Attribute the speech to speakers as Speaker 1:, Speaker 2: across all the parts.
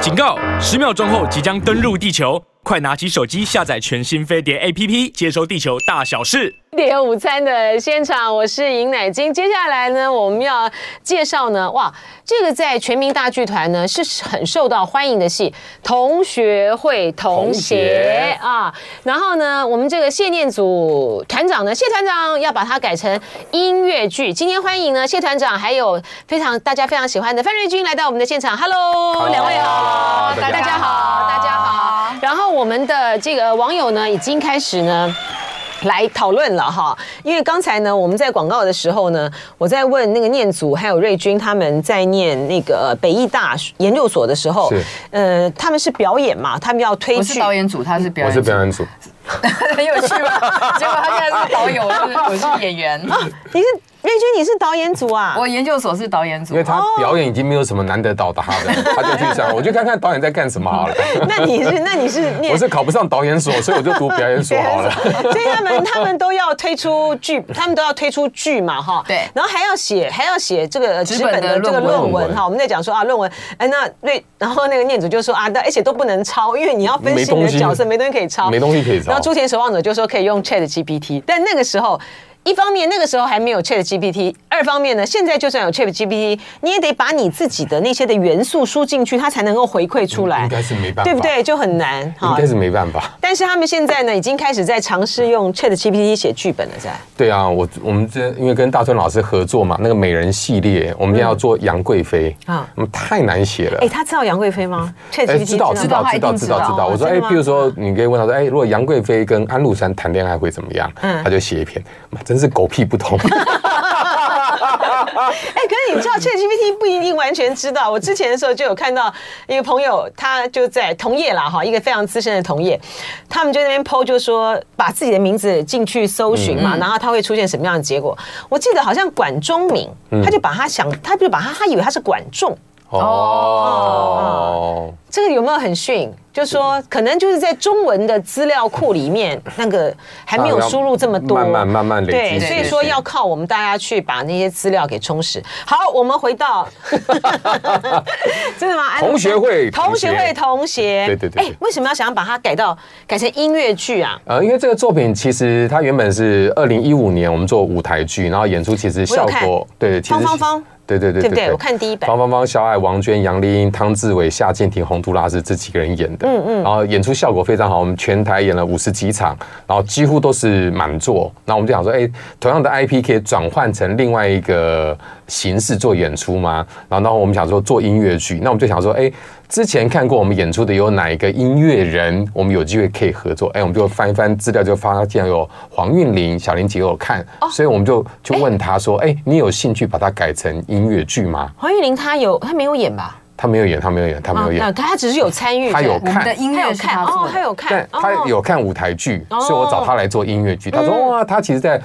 Speaker 1: 警告！十秒钟后即将登陆地球，快拿起手机下载全新飞碟 APP，接收地球大小事。
Speaker 2: 点午餐的现场，我是尹乃金。接下来呢，我们要介绍呢，哇，这个在全民大剧团呢是很受到欢迎的戏，《同学会同学》啊。然后呢，我们这个谢念祖团长呢，谢团长要把它改成音乐剧。今天欢迎呢谢团长，还有非常大家非常喜欢的范瑞君来到我们的现场。Hello，两位好，
Speaker 3: 大
Speaker 2: 大
Speaker 3: 家好
Speaker 2: 家好，大家好。然后我们的这个网友呢，已经开始呢。来讨论了哈，因为刚才呢，我们在广告的时候呢，我在问那个念祖还有瑞君他们在念那个北艺大研究所的时候
Speaker 3: 是，
Speaker 2: 呃，他们是表演嘛，他们要推
Speaker 4: 我
Speaker 2: 剧
Speaker 4: 是，导演组，他是表
Speaker 3: 我
Speaker 4: 演
Speaker 3: 是
Speaker 4: 组，
Speaker 3: 表演组，
Speaker 4: 很有趣 吧？结果他现在是导演，我 是我是演员，
Speaker 2: 你是瑞君，你是导演组啊？
Speaker 4: 我研究所是导演组
Speaker 3: 因为。他
Speaker 2: 哦
Speaker 3: 表演已经没有什么难得倒他的，他就 去上，我就看看导演在干什么好了。
Speaker 2: 那你是那你是念
Speaker 3: 我是考不上导演所，所以我就读表演所好了。
Speaker 2: 所以他们他们都要推出剧，他们都要推出剧嘛，哈。
Speaker 4: 对
Speaker 2: 然后还要写，还要写这个呃
Speaker 4: 纸
Speaker 2: 纸本
Speaker 4: 本
Speaker 2: 的
Speaker 4: 的
Speaker 2: 这个
Speaker 4: 论文
Speaker 2: 论
Speaker 3: 论
Speaker 2: 文
Speaker 3: 文
Speaker 2: 哈。我们在讲说啊，论文，哎，那对，然后那个念祖就说啊，但而且都不能抄，因为你要分析你
Speaker 3: 没
Speaker 2: 的
Speaker 3: 东西
Speaker 2: 角色，没东西可以抄，
Speaker 3: 没东西可以抄
Speaker 2: 然后《朱田守望者》就说可以用 Chat GPT，但那个时候。一方面那个时候还没有 Chat GPT，二方面呢，现在就算有 Chat GPT，你也得把你自己的那些的元素输进去，它才能够回馈出来，
Speaker 3: 嗯应该是没办法
Speaker 2: 对不啊对？就很难哈。
Speaker 3: 应该是没办法。
Speaker 2: 但是他们现在呢，已经开始在尝试用
Speaker 3: 嗯
Speaker 2: Chat GPT 写剧本了，在。
Speaker 3: 对啊，我我们这因为跟大川老师合作嘛，那个美人系列，我们要做杨贵妃
Speaker 2: 啊
Speaker 3: 啊，我们太难写了
Speaker 2: 哎、。他知道杨贵妃吗？Chat
Speaker 3: 哎，
Speaker 2: GPT
Speaker 3: 知道
Speaker 4: 吗
Speaker 3: 知道
Speaker 4: 他
Speaker 3: 知
Speaker 4: 一
Speaker 3: 道
Speaker 4: 定
Speaker 3: 知
Speaker 4: 知道
Speaker 3: 道知道。我说，
Speaker 2: 哦
Speaker 3: 哎
Speaker 2: 真的，吗
Speaker 3: 比如说，你可以问他说，哎，如果杨贵妃跟安禄山谈恋爱会怎么样？
Speaker 2: 嗯
Speaker 3: 他就写一篇，妈真是狗屁不 通。
Speaker 2: 哎、可是你知道 Chat GPT 不一定完全知道。我之前的时候就有看到一个朋友，他就在同业啦哈，一个非常资深的同业，他们就在那边 PO 就说把自己的名字进去搜寻
Speaker 3: 嗯
Speaker 2: 嘛，然后他会出现什么样的结果？我记得好像管中明，
Speaker 3: 嗯
Speaker 2: 他就把他想，他就把他他以为他是管仲。
Speaker 3: 哦，
Speaker 2: 这个有没有很逊？就说可能就是在中文的资料库里面，那个还没有输入这么多，
Speaker 3: 慢慢慢慢累积
Speaker 2: 对，
Speaker 3: 累积
Speaker 2: 所以说要靠我们大家去把那些资料给充实。好，我们回 到，真的吗？安
Speaker 3: 同学会
Speaker 2: 同学会，同学，
Speaker 3: 对对对对
Speaker 2: 哎为什么要想要把它改到改成音乐剧啊？
Speaker 3: 呃，因为这个作品其实它原本是二零一五年我们做舞台剧，然后演出其实效果对，其实
Speaker 2: 方方方
Speaker 3: 对对对
Speaker 2: 对不对我看第一版
Speaker 3: 方方方、小矮、王娟、杨丽英、汤志伟、夏静婷、洪都拉斯这几个人演的，嗯嗯，然后演出效果非常好，我们全台演了五十几场，然后几乎都是满座。那我们就想说，哎，同样的 IP 可以转换成另外一个形式做演出吗？然后，然后我们想说做音乐剧，那我们就想说，哎。之前看过我们演出的有哪一个音乐人，我们有机会可以合作？哎、我们就翻一翻资料，就发现有黄韵玲、小林姐有看，所以我们就就问她说：“哎、你有兴趣把它改成音乐剧吗
Speaker 2: 黄玉玲她有，她没有演吧？？”
Speaker 3: 她没有演，她没有演，她没有演，
Speaker 2: 啊她她只是有参与，
Speaker 3: 她有
Speaker 4: 我们的音
Speaker 2: 她有
Speaker 4: 乐是
Speaker 2: 看
Speaker 4: 他做
Speaker 2: 哦，她
Speaker 4: 的，
Speaker 2: 有
Speaker 3: 但
Speaker 2: 看，
Speaker 3: 她
Speaker 2: 哦
Speaker 3: 有看舞台剧，
Speaker 2: 哦嗯
Speaker 3: 所以我找她来做音乐剧。她说：“哇，她其实在。”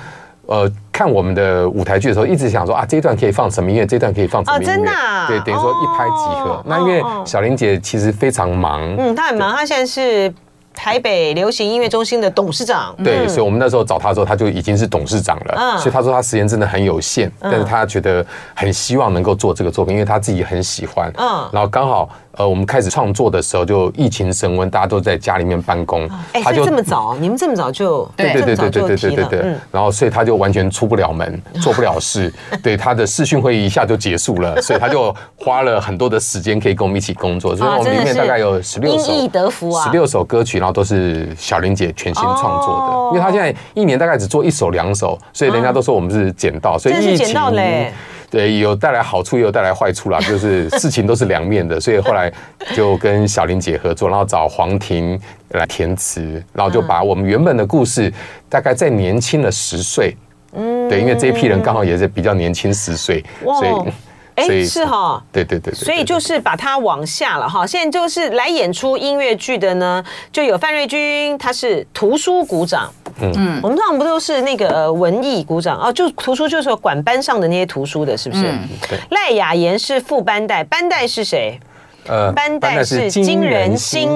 Speaker 3: 呃，看我们的舞台剧的时候，一直想说啊，这一段可以放什么音乐，这一段可以放什么
Speaker 2: 哦
Speaker 3: 音乐，
Speaker 2: 真的啊
Speaker 3: 对，等于说一拍即合。
Speaker 2: 哦
Speaker 3: 那因为
Speaker 2: 哦哦
Speaker 3: 小林姐其实非常忙，
Speaker 2: 嗯，他很忙，他现在是台北流行音乐中心的董事长。
Speaker 3: 对，所以我们那时候找他的时候，他就已经是董事长了。
Speaker 2: 嗯
Speaker 3: 所以他说他时间真的很有限，但是他觉得很希望能够做这个作品，因为他自己很喜欢。
Speaker 2: 嗯
Speaker 3: 嗯，然后刚好呃，我们开始创作的时候就疫情升温，大家都在家里面办公，
Speaker 2: 哎，所以这么早，你们这么早就
Speaker 4: 对
Speaker 3: 对
Speaker 2: 这么
Speaker 3: 对对对
Speaker 2: 早
Speaker 3: 对
Speaker 2: 就
Speaker 3: 对
Speaker 2: 提
Speaker 3: 对
Speaker 2: 了
Speaker 3: 对，
Speaker 2: 嗯
Speaker 3: 然后所以他就完全出不 了门，做不了事，对他的视讯会议一下就结束了，所以他就花了很多的时间可以跟我们一起工作，所以
Speaker 2: 啊
Speaker 3: 我们里
Speaker 2: 真的
Speaker 3: 面
Speaker 2: 是
Speaker 3: 大概有十六首，
Speaker 2: 因意得福啊
Speaker 3: 十六首歌曲，然后都是小玲姐全新创作的，
Speaker 2: 哦
Speaker 3: 因为她现在一年大概只做一首两首，所以人家都说我们是捡到，所以
Speaker 2: 真是
Speaker 3: 疫
Speaker 2: 捡
Speaker 3: 情
Speaker 2: 到嘞
Speaker 3: 对有带来好处也有带来坏处啦， 就是事情都是两面的，所以后来就跟小玲姐合作，然后找黄婷来填词，然后就把我们原本的故事大概再年轻了十岁，嗯，哦对，因为这一批人刚好也是比较年轻十岁，所以。所
Speaker 2: 哎，
Speaker 3: 以
Speaker 2: 是哈。
Speaker 3: 对对对对，
Speaker 2: 所以就是把它往下了哈，现在就是来演出音乐剧的呢，就有范瑞君，他是图书股长，嗯，我们通常不都是那个呃文艺股长哦，就图书就是管班上的那些图书的，是不
Speaker 4: 嗯
Speaker 2: 是？
Speaker 3: 对
Speaker 2: 赖雅妍是副班代，班代是谁？
Speaker 3: 呃
Speaker 2: 班代是金人星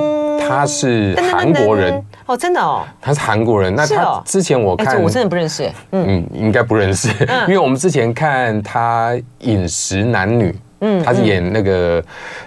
Speaker 3: 他
Speaker 2: 噔
Speaker 3: 是
Speaker 2: 噔噔噔
Speaker 3: 韩国人，
Speaker 2: 哦，真的哦，
Speaker 3: 他是韩国人。那
Speaker 2: 是哦
Speaker 3: 他之前我
Speaker 2: 哎，这
Speaker 3: 看，
Speaker 2: 我真的不认识，哎嗯
Speaker 3: 嗯，应该不认识，因为我们之前看他《饮食男女》，嗯，她是演那个《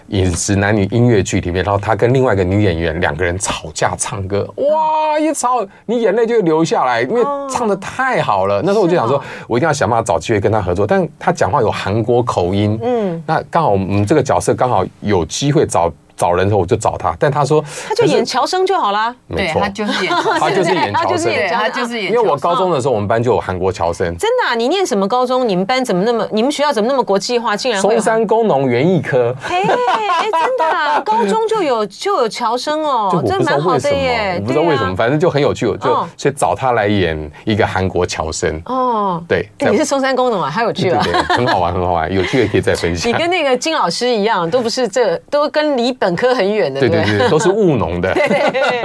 Speaker 3: 饮食男女》音乐剧里面，然后她跟另外一个女演员两个人吵架唱歌，哇，一吵你眼泪就会流下来，因为唱的太好了。那时候我就想说，我一定要想办法找机会跟她合作，但她讲话有韩国口音，嗯，那刚好我们这个角色刚好有机会找。找人的时候我就找她，但她说
Speaker 2: 他就演乔生就好啦。
Speaker 3: 没
Speaker 4: 对
Speaker 3: 错
Speaker 4: 他，就是演，
Speaker 3: 她就 是演
Speaker 2: 她
Speaker 3: 乔
Speaker 2: 就是
Speaker 3: 生，
Speaker 2: 演
Speaker 4: 对，
Speaker 2: 乔
Speaker 4: 他就是演。
Speaker 3: 因为我高中的时候我们班就有韩国乔生，
Speaker 2: 真的啊、你念什么高中？你们班怎么那么？你们学校怎么那么国际化？竟然会
Speaker 3: 松
Speaker 2: 有？
Speaker 3: 山工农园艺科。
Speaker 2: 哎 哎，真的、啊，高中就有就有乔生
Speaker 3: 就
Speaker 2: 哦
Speaker 3: 我，不
Speaker 2: 真
Speaker 3: 知道
Speaker 2: 蛮好
Speaker 3: 为什
Speaker 2: 的
Speaker 3: 么，
Speaker 2: 耶
Speaker 3: 我，不知道为什么，
Speaker 2: 对啊
Speaker 3: 反正就很有趣，我就
Speaker 2: 嗯
Speaker 3: 去找他来演一个韩国乔生。
Speaker 2: 哦，
Speaker 3: 对，
Speaker 2: 哎
Speaker 3: 在
Speaker 2: 你是松山工农啊，还有趣
Speaker 3: 对
Speaker 2: 啊。
Speaker 3: 对，很好玩，很好玩，有趣也可以再分享
Speaker 2: 你。跟那个金老师一样，都不是这，都跟离本科很远的，
Speaker 3: 对
Speaker 2: 对
Speaker 3: 对
Speaker 2: 不
Speaker 3: 对，都是务 农的。
Speaker 2: 对？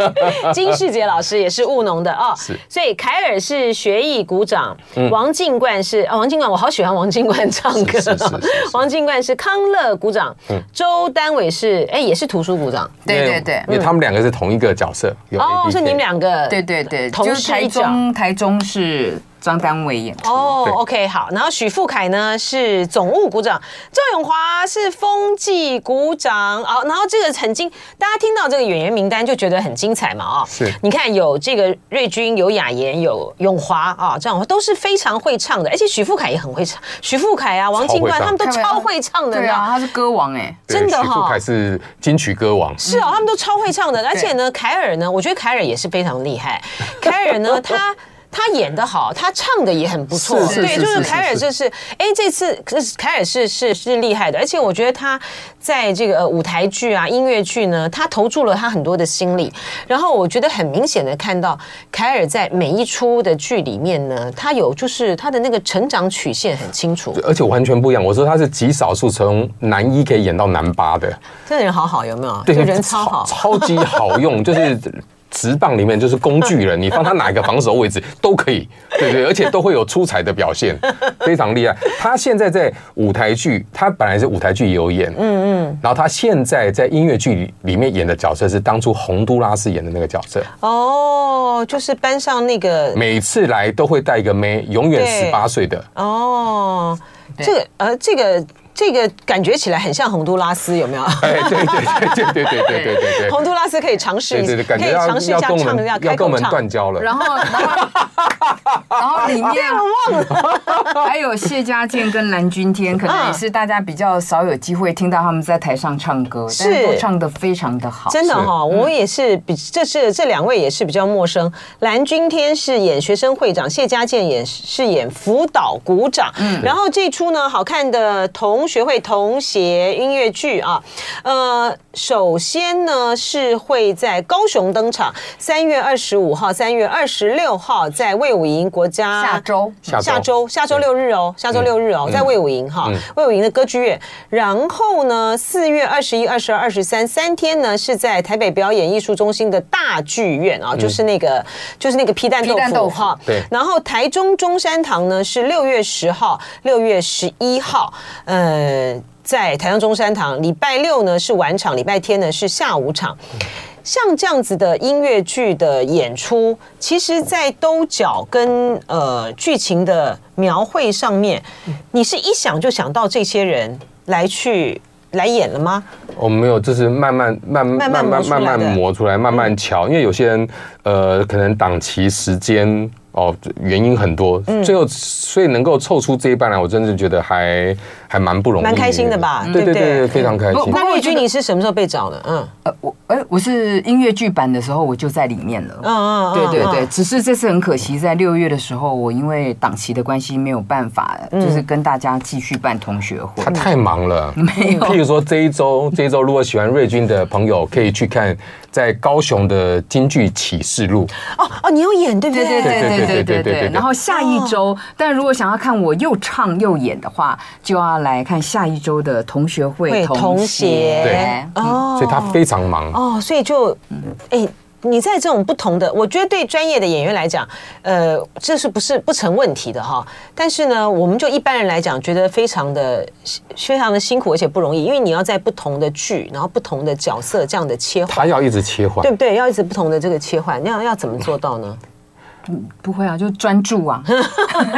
Speaker 2: 金世杰老师也是务农的哦，
Speaker 3: 是嗯
Speaker 2: 所以凯尔是学艺鼓掌，王静冠是啊，王静冠，我好喜欢王静冠唱歌
Speaker 3: 是是是
Speaker 2: 哦
Speaker 3: 是嗯是，
Speaker 2: 王静冠是康乐鼓掌，周丹伟是哎也是图书鼓掌，
Speaker 4: 对
Speaker 3: 因为
Speaker 4: 对对
Speaker 3: 因为他们两个是同一个角色。有 A
Speaker 2: 嗯哦，
Speaker 3: B
Speaker 2: 是
Speaker 3: K
Speaker 2: 你们两个，
Speaker 4: 对对对，
Speaker 2: 同
Speaker 4: 就是
Speaker 2: 事
Speaker 4: 台
Speaker 2: 一角
Speaker 4: 中台中是张丹伟演的。
Speaker 2: 哦
Speaker 3: 对
Speaker 2: ，OK，好。然后许富凯呢是总务股长，赵永华是风纪股长。哦，然后这个很精，大家听到这个演员名单就觉得很精彩嘛啊、哦。
Speaker 3: 是
Speaker 2: 你看有这个瑞君，有雅妍，有永华啊，赵永华都是非常会唱的，而且许富凯也很会唱。许富凯啊，王
Speaker 3: 超会
Speaker 2: 静冠
Speaker 3: 唱
Speaker 2: 他们都超会唱的，
Speaker 4: 对
Speaker 2: 呢。
Speaker 4: 啊，他是歌王哎，
Speaker 3: 对
Speaker 2: 真的
Speaker 3: 许富
Speaker 2: 哈
Speaker 3: 凯是金曲歌王，
Speaker 2: 是哦，他们都超会唱的，而且呢，凯尔呢，我觉得凯尔也是非常厉害。凯尔呢，他。他演得好，他唱的也很不错，
Speaker 3: 是是
Speaker 2: 对，
Speaker 3: 是
Speaker 2: 就是
Speaker 3: 是
Speaker 2: 凯尔，
Speaker 3: 是
Speaker 2: 就是哎，这次可是凯尔是是是厉害的，而且我觉得他在这个呃舞台剧啊、音乐剧呢，他投注了他很多的心力。然后我觉得很明显的看到凯尔在每一出的剧里面呢，他有就是他的那个成长曲线很清楚，
Speaker 3: 而且完全不一样。我说他是极少数从男一可以演到男八的，
Speaker 2: 这人好好有没有？就人超好，
Speaker 3: 超级好用，就是。直棒里面就是工具人，你放他哪一个防守位置都可以，对对，而且都会有出彩的表现，非常厉害。他现在在舞台剧，他本来是舞台剧也有演，嗯嗯，然后他现在在音乐剧里里面演的角色是当初洪都拉斯演的那个角色，
Speaker 2: 哦，就是班上那个
Speaker 3: 每次来都会带一个妹，永远
Speaker 2: 对
Speaker 3: 十八岁的，
Speaker 2: 哦，
Speaker 4: 对
Speaker 2: 这个呃，这个这个感觉起来很像洪都拉斯，有没有？
Speaker 3: 哎，对对对对对对对对对对
Speaker 2: 洪都拉斯可以尝试
Speaker 3: 对
Speaker 2: 一
Speaker 3: 对对，
Speaker 2: 下，
Speaker 3: 感
Speaker 2: 可
Speaker 3: 觉
Speaker 2: 以
Speaker 3: 要
Speaker 2: 尝试一
Speaker 3: 要
Speaker 2: 下
Speaker 3: 跟我
Speaker 2: 唱
Speaker 3: 们
Speaker 2: 这样
Speaker 3: 要
Speaker 2: 开
Speaker 3: 跟我
Speaker 2: 口
Speaker 3: 们断
Speaker 2: 唱。
Speaker 3: 交了，
Speaker 4: 然后，然后，然后里面我忘了，还有谢家健跟蓝钧天，可能也是大家比较少有机会听到他们在台上唱歌，但
Speaker 2: 是
Speaker 4: 是都唱的非常的好。
Speaker 2: 真的哈、我也是比这是这两位也是比较陌生。蓝钧天是演学生会长，谢家健演是演辅导股长。然后这出呢，好看的同学会同协音乐剧啊，呃，首先呢是会在高雄登场，三月二十五号、三月二十六号在魏武营国家
Speaker 4: 下周
Speaker 2: 下
Speaker 3: 下
Speaker 2: 周
Speaker 3: 周
Speaker 2: 下周六日哦，下周六日哦，在魏武营哈，魏武营的歌剧院。然后呢，四月二十一、二十二、二十三三天呢，是在台北表演艺术中心的大剧院啊，就是那个就是那个皮蛋豆
Speaker 4: 皮蛋
Speaker 2: 腐
Speaker 4: 豆腐
Speaker 2: 哈。
Speaker 3: 对
Speaker 2: 然后台中中山堂呢是六月十号、六月十一号，呃，在台中中山堂，礼拜六呢是晚场，礼拜天呢是下午场。像这样子的音乐剧的演出，其实，在兜角跟呃剧情的描绘上面，你是一想就想到这些人来去来演了吗？
Speaker 3: 我们没有，就是慢慢慢
Speaker 2: 慢
Speaker 3: 慢
Speaker 2: 慢
Speaker 3: 慢
Speaker 2: 磨出来
Speaker 3: 慢慢慢
Speaker 2: 的嗯
Speaker 3: 磨出来，慢慢瞧。因为有些人，呃，可能档期时间哦，原因很多，
Speaker 2: 嗯
Speaker 3: 最后所以能够凑出这一半来，我真是觉得还还蛮不容易，
Speaker 2: 蛮开心的吧
Speaker 3: 对
Speaker 2: 对
Speaker 3: 对
Speaker 2: 不
Speaker 3: 对
Speaker 2: 对
Speaker 3: 对，非常开
Speaker 4: 不
Speaker 3: 心
Speaker 4: 不。
Speaker 2: 那魏军你是什么时候被找的？嗯
Speaker 4: 呃，我哎，我是音乐剧版的时候我就在里面了。
Speaker 2: 嗯嗯，嗯
Speaker 4: 对对对，
Speaker 2: 嗯
Speaker 4: 只是这次很可惜，在六月的时候，我因为档期的关系没有办法，就是跟大家继续办同学会
Speaker 3: 他。太忙了，没有。譬如说这一周，这一周如果喜欢瑞军的朋友，可以去看在高雄的京剧《启示录》。
Speaker 2: 哦哦，你有演对不
Speaker 4: 对
Speaker 2: 对？
Speaker 4: 对对对对对对对。然后下一周，但如果想要看我又唱又演的话，就要来看下一周的同学
Speaker 2: 会
Speaker 4: 会
Speaker 2: 同学
Speaker 4: 对，
Speaker 2: 哦，
Speaker 3: 嗯所以他非常忙，
Speaker 2: 哦，所以就，哎、你在这种不同的，我觉得对专业的演员来讲，呃，这是不是不成问题的哈？但是呢，我们就一般人来讲，觉得非常的非常的辛苦，而且不容易，因为你要在不同的剧，然后不同的角色这样的切换，
Speaker 3: 他要一直切换
Speaker 2: 对。不对？要一直不同的这个切换，那要要怎么做到呢？
Speaker 4: 嗯不会啊，就专注啊，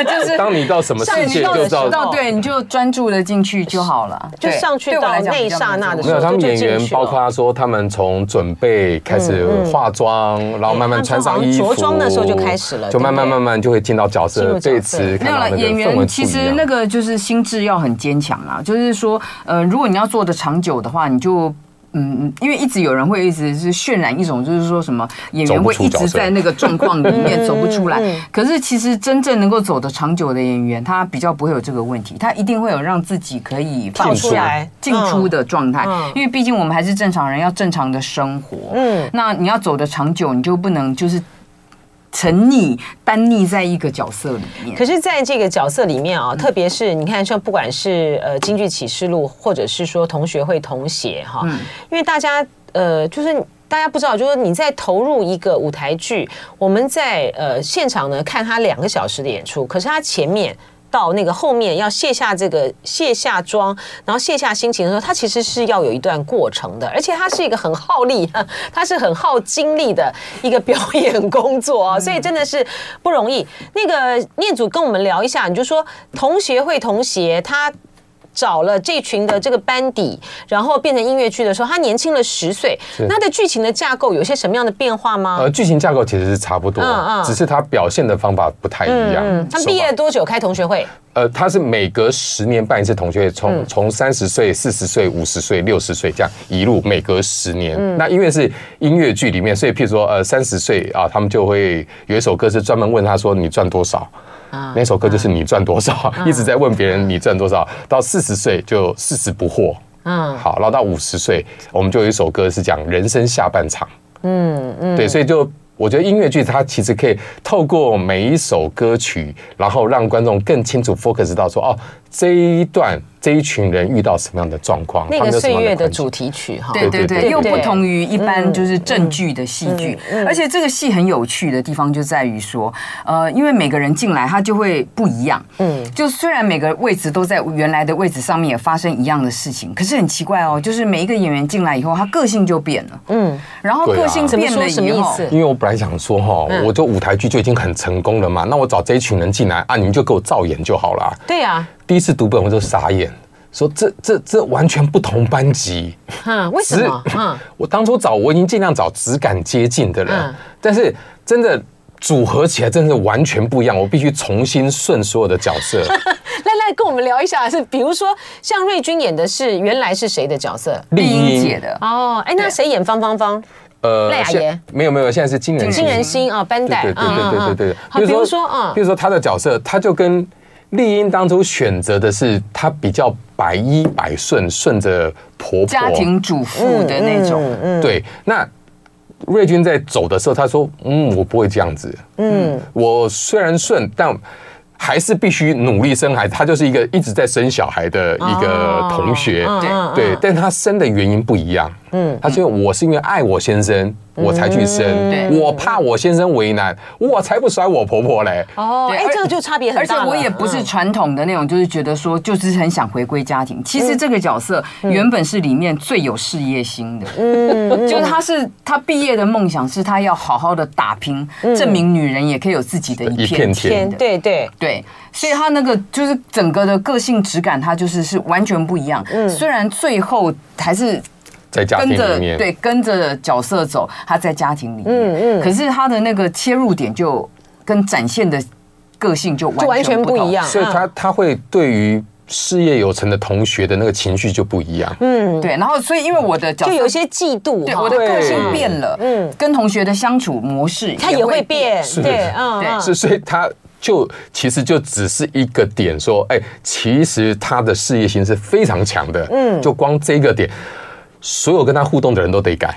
Speaker 4: 就是
Speaker 3: 当你到什么世界
Speaker 4: 上
Speaker 3: 就
Speaker 4: 你
Speaker 3: 到
Speaker 4: 到到对，你就专注的进去就好了。
Speaker 2: 就
Speaker 4: 对
Speaker 2: 上去
Speaker 4: 对我
Speaker 2: 到
Speaker 4: 来讲
Speaker 2: 那一
Speaker 4: 比较
Speaker 2: 刹那的
Speaker 4: 重
Speaker 2: 时
Speaker 3: 没
Speaker 2: 候
Speaker 3: 有，他们
Speaker 2: 就
Speaker 3: 演
Speaker 2: 进
Speaker 3: 员
Speaker 2: 去了嗯
Speaker 3: 包括他说，他们从准备开始化妆，然后慢慢穿上衣
Speaker 2: 他们从好像
Speaker 3: 服，
Speaker 2: 着装的时候就开始了
Speaker 3: 就慢
Speaker 2: 对
Speaker 3: 慢
Speaker 2: 不对
Speaker 3: 慢慢就会进到角
Speaker 2: 进入角色
Speaker 3: 色这一次，
Speaker 4: 没
Speaker 3: 看
Speaker 4: 有
Speaker 3: 到
Speaker 4: 了，
Speaker 3: 那个
Speaker 4: 演
Speaker 3: 氛围
Speaker 4: 员
Speaker 3: 不
Speaker 4: 其
Speaker 3: 一
Speaker 4: 实
Speaker 3: 样
Speaker 4: 那个就是心智要很坚强啦，就是说，呃，如果你要做的长久的话，你就。嗯，因为一直有人会一直是渲染一种，就是说什么演员会一直在那个状况里面走不出
Speaker 3: 嗯
Speaker 4: 来。可是其实真正能够走得长久的演员，他比较不会有这个问题，他一定会有让自己可以
Speaker 2: 跳出
Speaker 4: 放下
Speaker 2: 来
Speaker 4: 进出的状态
Speaker 2: 嗯嗯，
Speaker 4: 因为毕竟我们还是正常人，要正常的生活。
Speaker 2: 嗯
Speaker 4: 嗯，那你要走得长久，你就不能就是沉溺、单溺在一个角色里面。
Speaker 2: 可是，在这个角色里面啊，特别是你看，像不管是呃《京剧启示录》，或者是说同学会同写哈，因为大家呃，就是大家不知道，就是你在投入一个舞台剧，我们在呃现场呢看他两个小时的演出，可是他前面。到那个后面要卸下这个卸下妆，然后卸下心情的时候，它其实是要有一段过程的，而且它是一个很耗力， 它是很耗精力的一个表演工作
Speaker 3: 嗯
Speaker 2: 啊，所以真的是不容易。那个念祖跟我们聊一下，你就说同协会同协他。找了这群的这个班底，然后变成音乐剧的时候，他年轻了十岁。
Speaker 3: 是
Speaker 2: 那他的剧情的架构有些什么样的变化吗？
Speaker 3: 呃，剧情架构其实是差不多
Speaker 2: 嗯嗯，
Speaker 3: 只是他表现的方法不太一样。
Speaker 2: 嗯，他
Speaker 3: 手
Speaker 2: 毕
Speaker 3: 法
Speaker 2: 业多久开同学会？
Speaker 3: 呃，他是每隔十年办一次同学会，从从三十岁、四十岁、五十岁、六十岁这样一路，每隔十年。那因为是音乐剧里面，所以譬如说呃三十岁啊，他们就会有一首歌是专门问他说你赚多少。那首歌就是你赚多少，一直在问别人你赚多少。到四十岁就四十不惑，
Speaker 2: 嗯
Speaker 3: 嗯，好，然后到五十岁，我们就有一首歌是讲人生下半场，嗯嗯，对，所以就我觉得音乐剧它其实可以透过每一首歌曲，然后让观众更清楚 focus 到说，哦，这一段这一群人遇到什么样的状况，
Speaker 2: 那个
Speaker 3: 他们有什
Speaker 2: 岁
Speaker 3: 么样
Speaker 2: 月的
Speaker 3: 困境
Speaker 2: 主题曲哈。
Speaker 4: 对
Speaker 3: 对
Speaker 4: 对对，
Speaker 3: 对
Speaker 4: 又
Speaker 2: 对
Speaker 4: 不同于一般
Speaker 2: 嗯
Speaker 4: 就是正剧的戏剧，而且这个戏很有趣的地方就在于说，呃，因为每个人进来他就会不一样，嗯，就虽然每个位置都在原来的位置上面也发生一样的事情，可是很奇怪哦，就是每一个演员进来以后，他个性就变了，嗯，然后
Speaker 3: 对啊
Speaker 4: 个性
Speaker 2: 怎么
Speaker 4: 变
Speaker 2: 说
Speaker 4: 了
Speaker 2: 什么
Speaker 4: 以
Speaker 2: 意
Speaker 4: 后，
Speaker 2: 思？
Speaker 3: 因为我本来想说哈，
Speaker 2: 嗯
Speaker 3: 我就舞台剧就已经很成功了嘛，那我找这一群人进来啊，你们就给我照演就好啦。
Speaker 2: 对啊，
Speaker 3: 第一次读本我就傻眼，说这这这完全不同班级，
Speaker 2: 嗯，为什
Speaker 3: 只
Speaker 2: 么？ 嗯，
Speaker 3: 我当初找我已经尽量找质感接近的了，
Speaker 2: 嗯
Speaker 3: 但是真的组合起来真的是完全不一样，我必须重新顺所有的角 色。
Speaker 2: 来来跟我们聊一下，是比如说像瑞君演的是原来是谁的角色？
Speaker 4: 丽英
Speaker 3: 英
Speaker 4: 姐，的，
Speaker 2: 哦，哎，那谁演方芳芳？
Speaker 3: 呃
Speaker 2: 赖雅
Speaker 3: 现
Speaker 2: 妍
Speaker 3: 没有没有，现在是金人
Speaker 2: 金人心啊，班代，
Speaker 3: 嗯对对对对对对对。
Speaker 2: 嗯好，比如说啊
Speaker 3: 比，如说他的角色，他就跟丽英当初选择的是他比较百依百顺，顺着婆婆
Speaker 4: 家庭主妇的那
Speaker 2: 嗯
Speaker 4: 种，
Speaker 3: 对，那瑞君在走的时候，他说：“嗯，我不会这样子。嗯，我虽然顺，但还是必须努力生孩子。他就是一个一直在生小孩的一个同学，
Speaker 2: 哦嗯嗯
Speaker 3: 对，但他生的原因不一样。嗯，他是因为我是因为爱我先生，我才去生。
Speaker 4: 对
Speaker 3: 我怕我先生为难，我才不甩我婆婆嘞。
Speaker 2: 哦，
Speaker 4: 对
Speaker 2: 哎，
Speaker 4: 而
Speaker 2: 这个就差别很
Speaker 4: 而且
Speaker 2: 大了。
Speaker 4: 我也不是
Speaker 2: 嗯
Speaker 4: 传统的那种，就是觉得说就是很想回归家庭。其
Speaker 2: 嗯
Speaker 4: 实这个角色原本是里面最有事业心的，
Speaker 2: 嗯
Speaker 4: 就是他是他毕业的梦想是他要好好的打拼，证明女人也可以有自己的一
Speaker 3: 一片
Speaker 2: 嗯
Speaker 3: 天
Speaker 4: 片
Speaker 2: 天
Speaker 4: 天。
Speaker 2: 对对，
Speaker 4: 对，所以他那个就是整个的个性质感，他就是是完全不一样。
Speaker 2: 嗯
Speaker 4: 虽然最后还是
Speaker 3: 在家庭
Speaker 4: 跟着
Speaker 3: 里面，
Speaker 4: 对跟着角色走，他在家庭里面，
Speaker 2: 嗯
Speaker 4: 可是他的那个切入点就跟展现的个性就
Speaker 2: 就完
Speaker 4: 全
Speaker 2: 全不
Speaker 4: 同
Speaker 2: 一样。嗯
Speaker 3: 所以他他会对于事业有成的同学的那个情绪就不一样。
Speaker 4: 对，然后所以因为我的角
Speaker 2: 就
Speaker 4: 色
Speaker 2: 有一些嫉妒
Speaker 4: 对
Speaker 2: 哈，
Speaker 4: 我的个性
Speaker 3: 对
Speaker 4: 变了，嗯，跟同学的相处模式
Speaker 2: 他也会变，
Speaker 3: 是
Speaker 2: 对，嗯
Speaker 4: 对
Speaker 2: 嗯
Speaker 3: 是，所以他就其实就只是一个点说，哎、其实他的事业心是非常强的，嗯，就光这个点，所有跟他互动的人都得改。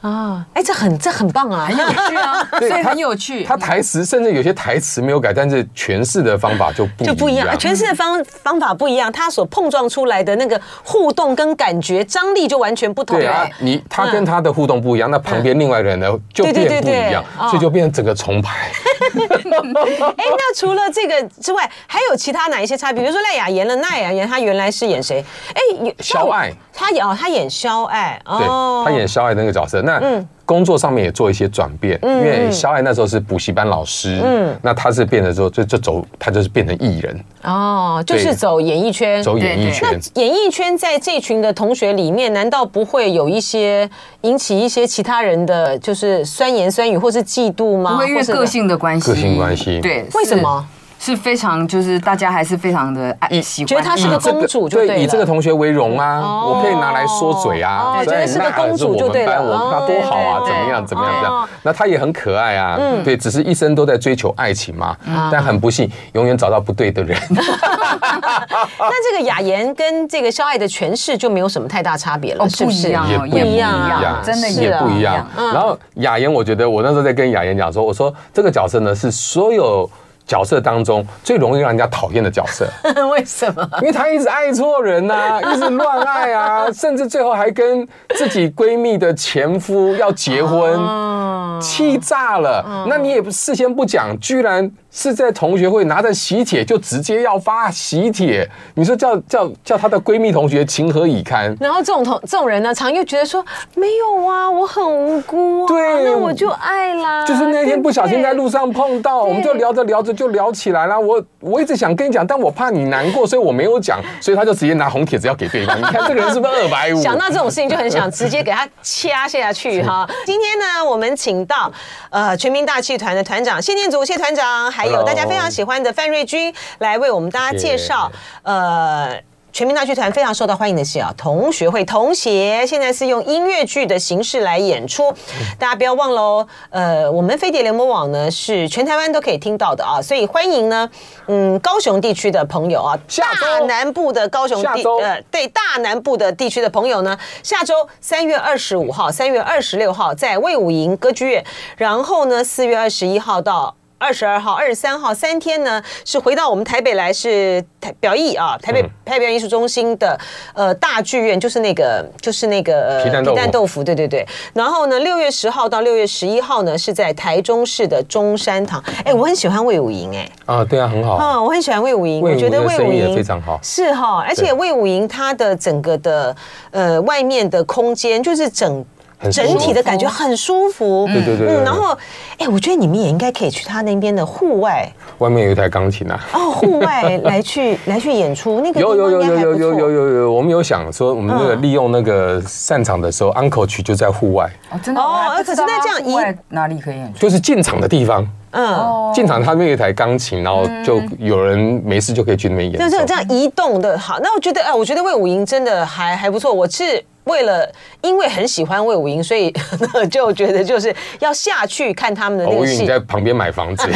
Speaker 2: 啊，哎，这很这很棒啊
Speaker 4: 很。有趣啊，所
Speaker 3: 对
Speaker 4: 以
Speaker 3: 他
Speaker 4: 很有趣。
Speaker 2: 嗯
Speaker 3: 他台词甚至有些台词没有改，但是诠释的方法就不
Speaker 2: 就不一
Speaker 3: 一
Speaker 2: 样，啊
Speaker 3: 样。
Speaker 2: 诠释的方方法不一样，他所碰撞出来的那个互动跟感觉张力就完全不同
Speaker 3: 对啊
Speaker 2: 了。，
Speaker 3: 你他跟他的互动不一样，那旁边另外一个人呢就
Speaker 2: 嗯对对对
Speaker 3: 变不一样
Speaker 2: 对哦，
Speaker 3: 所以就变成整个 重排。
Speaker 2: 哎，那除了这个之外，还有其他哪一些差别？比如说赖雅妍了，赖雅妍她原来是演谁？哎，有
Speaker 3: 肖爱，
Speaker 2: 她演哦，她演肖爱
Speaker 3: 对
Speaker 2: 哦，，嗯
Speaker 3: 他演。肖爱那个角色。那工作上面也做一些转变，因为小艾那时候是补习班老师，嗯，那他是变得之后就就走，他就是变成艺人，
Speaker 2: 哦，就是走演艺圈。
Speaker 3: 走演艺
Speaker 4: 对
Speaker 3: 圈。
Speaker 2: 演艺圈在这群的同学里面，难道不会有一些引起一些其他人的就是酸言酸语，或是嫉妒吗？
Speaker 4: 不会因
Speaker 2: 啊或
Speaker 4: 为
Speaker 2: 是
Speaker 4: 个性的关系，
Speaker 3: 个性关系
Speaker 4: 对，
Speaker 2: 为什
Speaker 4: 是
Speaker 2: 么？
Speaker 4: 是非常就是大家还是非常的
Speaker 3: 嗯
Speaker 4: 爱喜欢，
Speaker 2: 觉得她是个
Speaker 3: 这个
Speaker 2: 公主就对了
Speaker 3: 以这个同学为荣啊，
Speaker 2: 哦
Speaker 3: 我可以拿来说嘴啊，
Speaker 2: 哦
Speaker 3: 所以
Speaker 2: 觉得是个
Speaker 3: 那儿
Speaker 2: 公主
Speaker 3: 我们
Speaker 2: 就对了
Speaker 3: 班我
Speaker 2: 哦
Speaker 3: 那多好啊，
Speaker 2: 对
Speaker 3: 怎
Speaker 2: 对
Speaker 3: 么样怎么样
Speaker 2: 哦嗯
Speaker 3: 这样，那她也很可爱啊，对，只是一生都在追求爱情嘛，但很不幸永远找到不对的人，
Speaker 2: 那这个雅妍跟这个肖爱的诠释就没有什么太大差别了，
Speaker 4: 哦
Speaker 2: 是不是？
Speaker 4: 不一样
Speaker 3: 也
Speaker 4: 哦
Speaker 3: 不
Speaker 2: 也不
Speaker 3: 一
Speaker 2: 一样啊
Speaker 3: 样，
Speaker 4: 真的
Speaker 2: 是
Speaker 3: 也
Speaker 2: 啊
Speaker 3: 不一样。然后雅妍，我觉得我那时候在跟雅妍讲说，我说这个角色呢是所有。角色当中最容易让人家讨厌的 角色，
Speaker 2: 为什 么？
Speaker 3: 因为她一直爱错人呐、一直乱 爱啊，甚至最后还跟自己闺蜜的前夫要结婚，
Speaker 2: 哦
Speaker 3: 气炸
Speaker 2: 嗯
Speaker 3: 了。那你也不事先不讲，居然是在同学会拿着喜帖就直接要发喜帖，你说叫叫叫她的闺蜜同学情何以堪？
Speaker 2: 然后这种同这种人呢，常又觉得说没有啊，我很无辜啊，
Speaker 3: 对
Speaker 2: 那我就爱啦。
Speaker 3: 就是那天不小心在
Speaker 2: 对不对
Speaker 3: 路上碰到，我们就聊着聊着就聊起来了。我我一直想跟你讲，但我怕你难过，所以我没有讲，所以他就直接拿红帖子要给对方。你看这个人是不是二百五？
Speaker 2: 想到这种事情就很想直接给他掐下去哈。今天呢，我们请到呃全民大气团的团长谢念祖谢团长，还有
Speaker 3: Hello
Speaker 2: 大家非常喜欢的范瑞君来为我们大家介绍呃。全民大剧团非常受到欢迎的戏啊，同学会同协现在是用音乐剧的形式来演出，
Speaker 3: 嗯
Speaker 2: 大家不要忘了哦。呃，我们飞碟联盟网呢是全台湾都可以听到的啊，所以欢迎呢，嗯，高雄地区的朋友啊，
Speaker 3: 下周
Speaker 2: 大南部的高雄
Speaker 3: 下
Speaker 2: 地
Speaker 3: 周
Speaker 2: 呃对大南部的地区的朋友呢，下周三月二十五号、三月二十六号在魏武营歌剧院，然后呢，四月二十一号到。二十二号、二十三号三天呢，是回到我们台北来，是台表艺啊，台
Speaker 3: 嗯
Speaker 2: 北台北表演艺术中心的呃大剧院，就是那个就是那个呃
Speaker 3: 皮蛋豆腐
Speaker 2: 豆腐，对对对。然后呢，六月十号到六月十一号呢，是在台中市的中山堂。哎，我很喜欢魏武营，哎，
Speaker 3: 啊，对啊，很好。
Speaker 2: 嗯，我很喜欢魏武营，
Speaker 3: 魏
Speaker 2: 我觉得
Speaker 3: 武营
Speaker 2: 魏
Speaker 3: 的
Speaker 2: 武
Speaker 3: 生意也
Speaker 2: 营
Speaker 3: 非常好
Speaker 2: 是哈，而且
Speaker 3: 对
Speaker 2: 魏武营它的整个的呃外面的空间，就是整
Speaker 3: 很舒服
Speaker 2: 整体的感觉很舒服，
Speaker 3: 对对对对对
Speaker 2: 然后，哎，我觉得你们也应该可以去他那边的户外
Speaker 3: 外面有一台钢琴啊。
Speaker 2: 哦，户外 来去来去演出，那个地
Speaker 3: 有
Speaker 2: 方
Speaker 3: 有有
Speaker 2: 应该
Speaker 3: 有
Speaker 2: 还
Speaker 3: 有
Speaker 2: 不
Speaker 3: 有
Speaker 2: 错
Speaker 3: 有有有，我们有想说，我们那个
Speaker 2: 嗯
Speaker 3: 利用那个散场的时候，uncle 曲就在户外，
Speaker 4: 哦真的
Speaker 2: 哦
Speaker 4: 我还不知道
Speaker 2: 可是那这样
Speaker 4: 它户外哪里可以演出？
Speaker 3: 就是进场的地方。
Speaker 2: 嗯。
Speaker 4: 哦
Speaker 3: 进场他那有一台钢琴，然后就有人没事就可以去那边演
Speaker 2: 就
Speaker 3: 奏。
Speaker 2: 是这样移动的好，那我觉得，哎，我觉得魏武营真的还还不错。我是为了因为很喜欢魏武营，所以 就觉得就是要下去看他们的
Speaker 3: 哦
Speaker 2: 那
Speaker 3: 我
Speaker 2: 个
Speaker 3: 以为
Speaker 2: 戏。
Speaker 3: 你在旁边 买房子，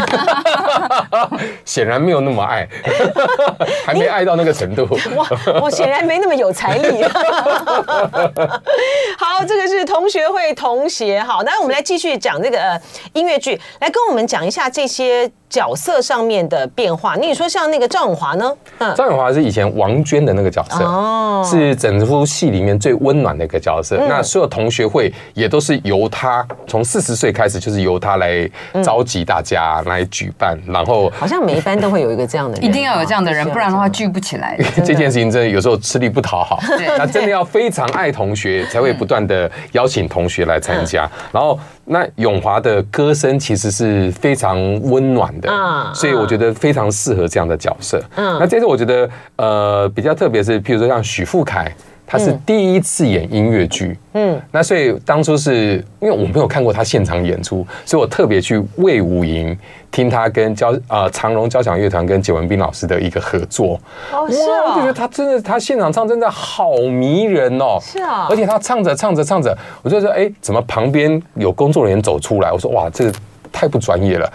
Speaker 3: 显然没有那么爱， 还没爱到那个程度。
Speaker 2: 我我显然没那么有财 力。好，这个是同学会同学好，那我们来继续讲这个呃音乐剧，来跟我们讲一下这些角色上面的变化。你说像那个赵永华呢？嗯，
Speaker 3: 赵永华是以前王娟的那个角色，
Speaker 2: 哦
Speaker 3: 是整出戏里面最温暖的一个角色。
Speaker 2: 嗯
Speaker 3: 那所有同学会也都是由他从四十岁开始，就是由他来召集大家、来举办，然后
Speaker 2: 好像每一班都会有一个这样的人，
Speaker 4: 一定要有这样的
Speaker 2: 哦
Speaker 3: 啊
Speaker 4: 人，不然的话。聚不起来。
Speaker 3: 这件事情真的有时候吃力不讨好，那真的要非常爱同学，才会不断的邀请同学来参加。然后，那永华的歌声其实是非常温暖的
Speaker 2: 嗯，
Speaker 3: 所以我觉得非常适合这样的角色。那这次我觉得呃比较特别是，譬如说像许富凯。他是第一次演音乐剧，嗯，那所以当初是因为我没有看过他现场演出，所以我特别去魏武营听他跟交呃长荣交响乐团跟解文斌老师的一个合作，
Speaker 2: 哦，是
Speaker 3: 哇，我就觉得
Speaker 2: 哦，
Speaker 3: 他真的，他现场唱真的好迷人哦。
Speaker 2: 是啊
Speaker 3: 而且他唱着唱着唱着，我就说，哎，怎么旁边有工作人员走出来？我说，哇，这个太不专业了。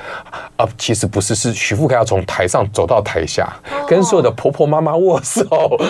Speaker 3: 啊，其实不是，是徐富凯要从台上走到台下，
Speaker 2: 哦
Speaker 3: 跟所有的婆婆妈妈握手，
Speaker 2: 真